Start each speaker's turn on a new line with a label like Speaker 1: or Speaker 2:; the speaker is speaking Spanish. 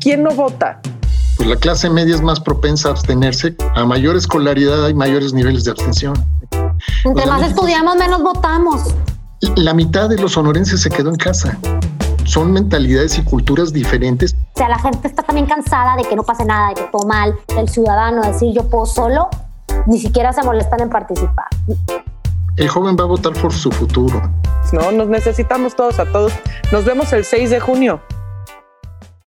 Speaker 1: ¿Quién no vota?
Speaker 2: Pues la clase media es más propensa a abstenerse. A mayor escolaridad hay mayores niveles de abstención.
Speaker 3: Entre más estudiamos, menos votamos.
Speaker 2: La mitad de los sonorenses se quedó en casa. Son mentalidades y culturas diferentes.
Speaker 3: O sea, la gente está también cansada de que no pase nada, de que todo mal, el ciudadano decir yo puedo solo, ni siquiera se molestan en participar.
Speaker 2: El joven va a votar por su futuro.
Speaker 1: No, nos necesitamos todos a todos. Nos vemos el 6 de junio.